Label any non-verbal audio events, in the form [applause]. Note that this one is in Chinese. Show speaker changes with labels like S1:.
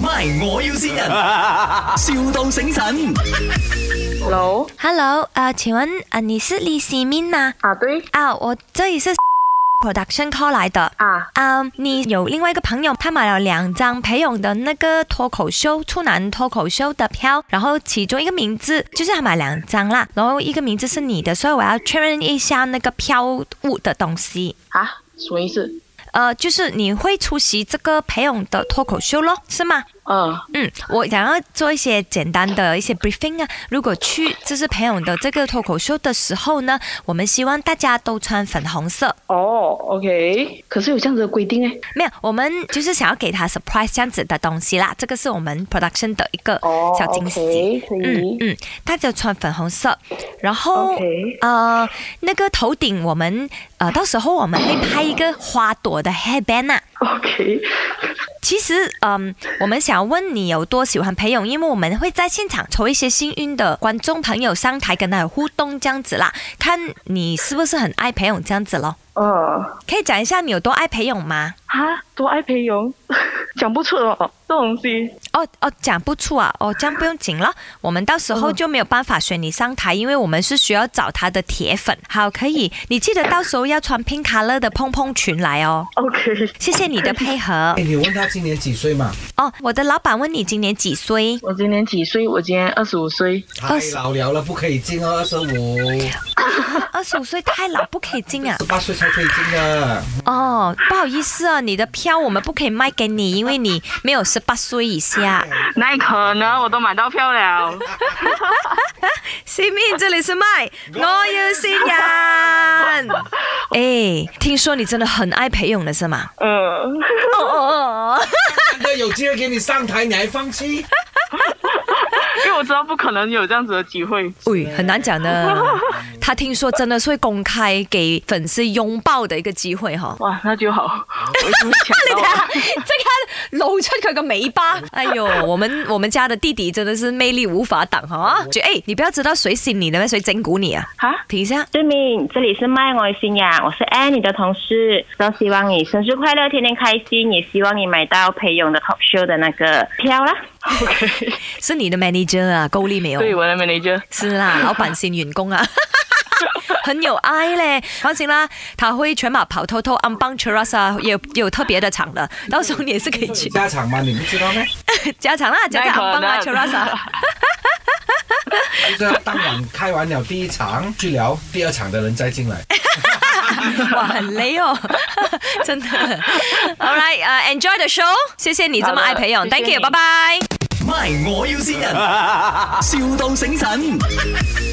S1: My，我要先人，,笑到醒神。
S2: Hello，
S3: Hello，呃，请问呃你是李喜明吗？
S2: 啊对
S3: 啊，我这里是 [laughs] production call 来的。
S2: 啊
S3: 啊、你有另外一个朋友，他买了两张裴勇的那个脱口秀，处男脱口秀的票，然后其中一个名字就是他买两张啦，然后一个名字是你的，所以我要确认一下那个票务的东西。
S2: 啊，什么意思？
S3: 呃，就是你会出席这个裴勇的脱口秀咯，是吗？
S2: 嗯
S3: 嗯，我想要做一些简单的一些 briefing 啊。如果去就是培勇的这个脱口秀的时候呢，我们希望大家都穿粉红色。
S2: 哦，OK，可是有这样子的规定哎。
S3: 没有，我们就是想要给他 surprise 这样子的东西啦。这个是我们 production 的一个
S2: 哦
S3: 小惊喜。
S2: ，OK，可
S3: 嗯
S2: 以。
S3: 嗯，大家穿粉红色，然
S2: 嗯
S3: 后
S2: OK
S3: 呃，那个头顶我们呃，到时候我们会拍一个花朵的 hairband 啊。
S2: OK，
S3: 其实，嗯，我们想问你有多喜欢裴勇，因为我们会在现场抽一些幸运的观众朋友上台跟他有互动这样子啦，看你是不是很爱裴勇这样子咯。
S2: 呃，
S3: 可以讲一下你有多爱裴勇吗？
S2: 啊，多爱培勇， [laughs] 讲不出哦，这东西。
S3: 哦哦，讲不出啊，哦，这样不用紧了，我们到时候就没有办法选你上台，因为我们是需要找他的铁粉。好，可以，你记得到时候要穿 pink color 的蓬蓬裙来哦。
S2: OK，
S3: 谢谢你的配合
S4: 哎，你有问他今年几岁嘛？
S3: 哦。我的老板问你今年几岁？
S2: 我今年几岁？我今年二十五岁。
S4: 太老了了，不可以进哦，二十五、
S3: 二十五岁太老不可以进啊
S4: 十。八岁才可以啊进的。
S3: 哦，不好意思啊，你的票我们不可以卖给你，因为你没有十八岁以下。
S2: 那可能我都买到票了。
S3: 新面这里是麦， [laughs] 我要新人。哎，听说你真的很爱裴勇的是吗？
S2: 嗯， [laughs]
S3: 哦哦哦，
S4: 难得有机会给你上台，你还放弃？
S2: 因为我知道不可能有这样子的机会。
S3: 喂，很难讲的。他听说真的是会公开给粉丝拥抱的一个机会哈、哦。
S2: 哇，那就好，我一定会 [laughs] 抢到。
S3: [laughs] 即刻露出佢个尾巴。哎呦，我们我们家的弟弟真的是魅力无法挡哈、哦！就哎，你不要知道谁信你的咩，谁整蛊你啊？
S2: 啊，
S3: 停一下。
S5: 志明，这里是麦我新雅，我是 Ann 你的同事，都希望你生日快乐，天天开心，也希望你买到裴勇的 Top Show 的那个票啦。
S3: 是你的 manager 啊，够力没有？
S2: 对，我的 manager。
S3: 是
S2: [laughs]
S3: 啦，老板型员工啊。 [laughs] 很有爱嘞，放心啦，他会全马跑、偷偷 u n b u n c h e r u s 啊，也有也有特别的场的，到时候你也是可以
S2: [laughs]
S3: 去
S4: 加场吗？你不知道吗？
S3: 加场啦，加场 u
S2: 那
S3: n
S2: 可
S3: b
S2: 能
S3: u n c h e r u s 啊。
S2: [laughs]
S4: 就是要当晚开完了第一场，去聊第二场的人再进来。
S3: 哇，很累哦， [laughs] 真的。All right，呃、e n j o y the show，谢谢你这么爱培
S2: 好
S3: 养
S2: 的
S3: ，Thank
S2: 谢谢
S3: you，
S2: 你
S4: [laughs]
S3: 拜拜。
S1: My，我要先人，,笑到醒神。